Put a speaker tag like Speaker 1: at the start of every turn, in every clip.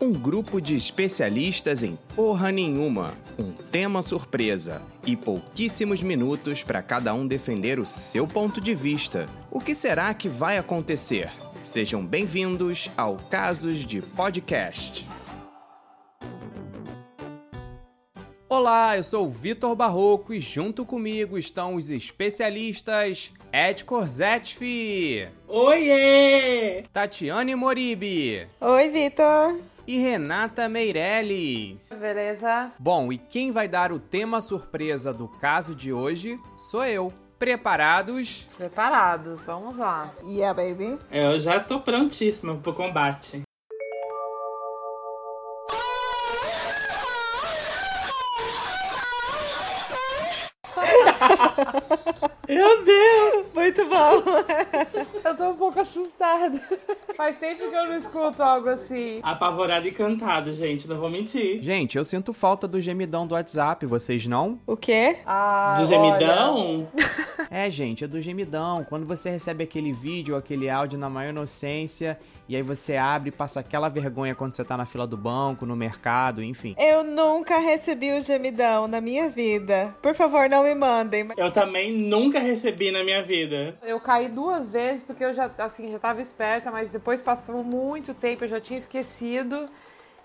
Speaker 1: Um grupo de especialistas em porra nenhuma, um tema surpresa e pouquíssimos minutos para cada um defender o seu ponto de vista. O que será que vai acontecer? Sejam bem-vindos ao Casos de Podcast. Olá, eu sou o Vitor Barroco e junto comigo estão os especialistas Ed Corzetfi,
Speaker 2: Oiê!
Speaker 1: Tatiane Moribe
Speaker 3: Oi, Vitor.
Speaker 1: e Renata Meirelles.
Speaker 3: Beleza?
Speaker 1: Bom, e quem vai dar o tema surpresa do caso de hoje sou eu. Preparados?
Speaker 3: Preparados, vamos lá.
Speaker 4: Yeah, baby.
Speaker 2: É, Eu já tô prontíssima pro combate. Meu Deus!
Speaker 4: Muito bom.
Speaker 3: Eu tô um pouco assustada. Faz tempo que eu não escuto algo assim.
Speaker 2: Apavorado e cantado, gente, não vou mentir.
Speaker 1: Gente, eu sinto falta do gemidão do WhatsApp, vocês não?
Speaker 4: O quê?
Speaker 3: Ah,
Speaker 2: Do
Speaker 3: olha.
Speaker 2: gemidão?
Speaker 1: É, gente, é do gemidão. Quando você recebe aquele vídeo, aquele áudio na maior inocência, e aí você abre e passa aquela vergonha quando você tá na fila do banco, no mercado, enfim.
Speaker 4: Eu nunca recebi o gemidão na minha vida. Por favor, não me mandem. mas-
Speaker 2: Eu também nunca recebi na minha vida.
Speaker 3: Eu caí duas vezes porque eu já, assim, já tava esperta, mas depois passou muito tempo, eu já tinha esquecido.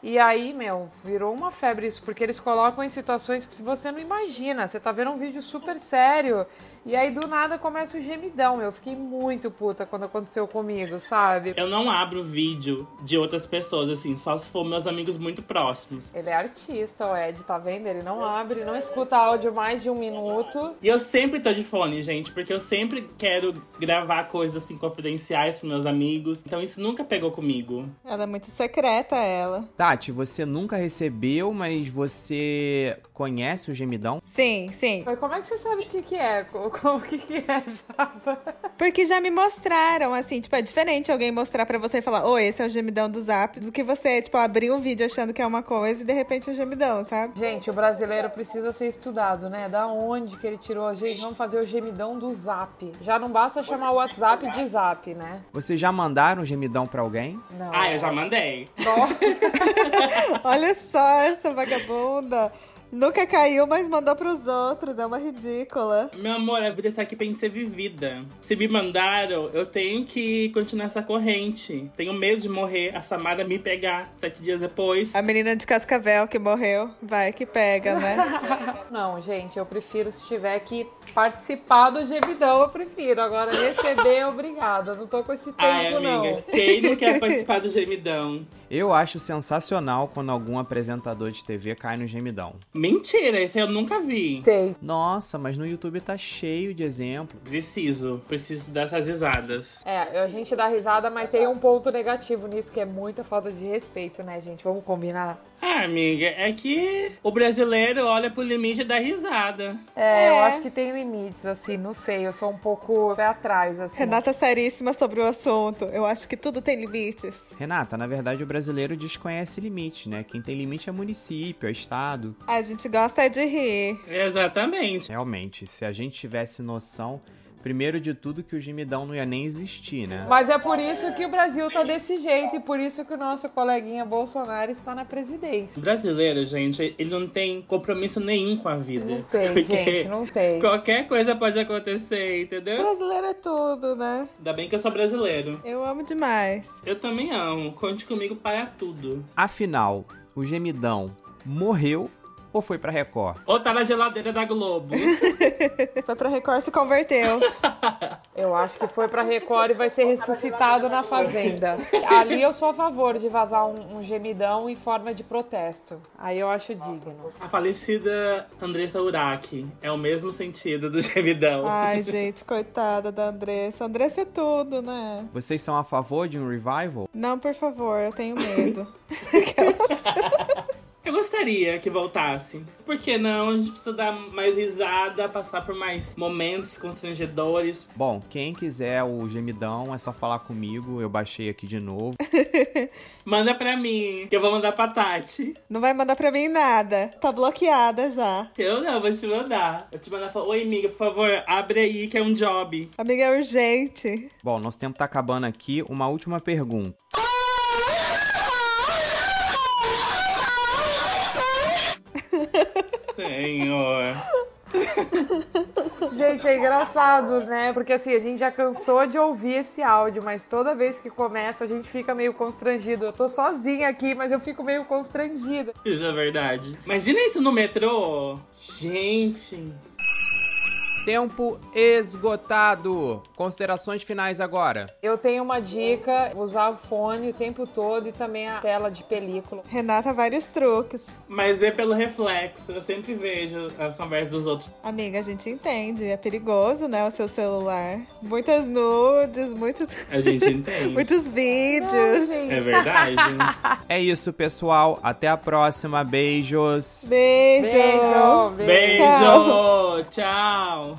Speaker 3: E aí, meu, virou uma febre isso, porque eles colocam em situações que se você não imagina, você tá vendo um vídeo super sério, e aí do nada começa o gemidão. Eu fiquei muito puta quando aconteceu comigo, sabe?
Speaker 2: Eu não abro vídeo de outras pessoas, assim, só se for meus amigos muito próximos.
Speaker 3: Ele é artista, o Ed, tá vendo? Ele não abre, não escuta áudio mais de um minuto.
Speaker 2: E eu sempre tô de fone, gente, porque eu sempre quero gravar coisas assim confidenciais pros meus amigos. Então isso nunca pegou comigo.
Speaker 4: Ela é muito secreta, ela.
Speaker 1: Tati, você nunca recebeu, mas você conhece o gemidão?
Speaker 4: Sim, sim.
Speaker 3: Mas como é que você sabe o que, que é? Co- Como que, que é, Java?
Speaker 4: Porque já me mostraram, assim, tipo, é diferente alguém mostrar pra você e falar, ô, esse é o gemidão do zap, do que você, tipo, abrir um vídeo achando que é uma coisa e de repente é um gemidão, sabe?
Speaker 3: Gente, o brasileiro precisa ser estudado, né? Da onde que ele tirou? Gente, vamos fazer o gemidão do zap. Já não basta chamar o WhatsApp de zap, né?
Speaker 1: Vocês já mandaram o gemidão pra alguém?
Speaker 3: Não.
Speaker 2: Ah, eu já mandei.
Speaker 3: Não.
Speaker 4: Olha só essa vagabunda. Nunca caiu, mas mandou pros outros. É uma ridícula.
Speaker 2: Meu amor, a vida tá aqui pra gente ser vivida. Se me mandaram, eu tenho que continuar essa corrente. Tenho medo de morrer, a Samara me pegar sete dias depois.
Speaker 4: A menina de Cascavel que morreu. Vai que pega, né?
Speaker 3: não, gente, eu prefiro se tiver que participar do gemidão, eu prefiro. Agora receber, obrigada. Não tô com esse tempo,
Speaker 2: Ai, amiga,
Speaker 3: não.
Speaker 2: quem não quer participar do gemidão?
Speaker 1: Eu acho sensacional quando algum apresentador de TV cai no gemidão.
Speaker 2: Mentira, esse eu nunca vi.
Speaker 3: Tem.
Speaker 1: Nossa, mas no YouTube tá cheio de exemplo.
Speaker 2: Preciso, preciso dessas risadas.
Speaker 3: É, a gente dá risada, mas tem um ponto negativo nisso, que é muita falta de respeito, né, gente? Vamos combinar?
Speaker 2: Ah, amiga, é que o brasileiro olha pro limite e dá risada.
Speaker 3: É, eu
Speaker 4: É.
Speaker 3: acho que tem limites, assim, não sei, eu sou um pouco pé atrás, assim.
Speaker 4: Renata seríssima sobre o assunto. Eu acho que tudo tem limites.
Speaker 1: Renata, na verdade o brasileiro desconhece limite, né? Quem tem limite é município, é estado.
Speaker 4: A gente gosta é de rir.
Speaker 2: Exatamente.
Speaker 1: Realmente, se a gente tivesse noção, primeiro de tudo que o gemidão não ia nem existir, né?
Speaker 3: Mas é por isso que o Brasil tá desse jeito e por isso que o nosso coleguinha Bolsonaro está na presidência.
Speaker 2: O brasileiro, gente, ele não tem compromisso nenhum com a vida.
Speaker 3: Não tem, gente, não tem.
Speaker 2: Qualquer coisa pode acontecer,
Speaker 4: O
Speaker 2: entendeu?
Speaker 4: brasileiro é tudo, né?
Speaker 2: Ainda bem que eu sou brasileiro.
Speaker 4: Eu amo demais.
Speaker 2: Eu também amo. Conte comigo para tudo.
Speaker 1: Afinal, o gemidão morreu ou foi pra Record?
Speaker 2: Ou tá na geladeira da Globo.
Speaker 4: Foi pra Record se converteu.
Speaker 3: Eu acho que foi pra Record e vai ser ressuscitado na Fazenda. Ali eu sou a favor de vazar um, um gemidão em forma de protesto. Aí eu acho digno.
Speaker 2: a falecida Andressa Urach. É o mesmo sentido do gemidão.
Speaker 3: Ah.
Speaker 4: Ai, gente, coitada da Andressa. Andressa é tudo, né?
Speaker 1: Vocês são a favor de um revival?
Speaker 4: Não, por favor, eu tenho medo.
Speaker 2: Eu gostaria que voltasse. Por que não? A gente precisa dar mais risada, passar por mais momentos constrangedores.
Speaker 1: Bom, quem quiser o gemidão é só falar comigo, eu baixei aqui de novo.
Speaker 2: Manda pra mim, que eu vou mandar pra Tati.
Speaker 4: Não vai mandar pra mim nada. Tá bloqueada já.
Speaker 2: Eu não, vou te mandar. Eu te mandar e falar, oi amiga, por favor, abre aí que é um job.
Speaker 4: Amiga, é urgente.
Speaker 1: Bom, nosso tempo tá acabando aqui. Uma última pergunta.
Speaker 3: Gente, é engraçado, né? Porque assim, a gente já cansou de ouvir esse áudio, mas toda vez que começa a gente fica meio constrangido. Eu tô sozinha aqui, mas eu fico meio constrangida.
Speaker 2: Isso é verdade. Imagina isso no metrô. Gente.
Speaker 1: Tempo esgotado. Considerações finais agora.
Speaker 3: Eu tenho uma dica: usar o fone o tempo todo e também a tela de película.
Speaker 4: Renata, vários truques.
Speaker 2: Mas vê pelo reflexo. Eu sempre vejo as conversas dos outros.
Speaker 4: Amiga, a gente entende. É perigoso, né? O seu celular. Muitas nudes, muitos,
Speaker 2: A gente entende.
Speaker 4: muitos
Speaker 3: Não,
Speaker 4: vídeos.
Speaker 3: gente.
Speaker 2: É verdade.
Speaker 1: É isso, pessoal. Até a próxima. Beijos.
Speaker 4: Beijo.
Speaker 3: Beijo, beijo.
Speaker 2: Beijo. Tchau.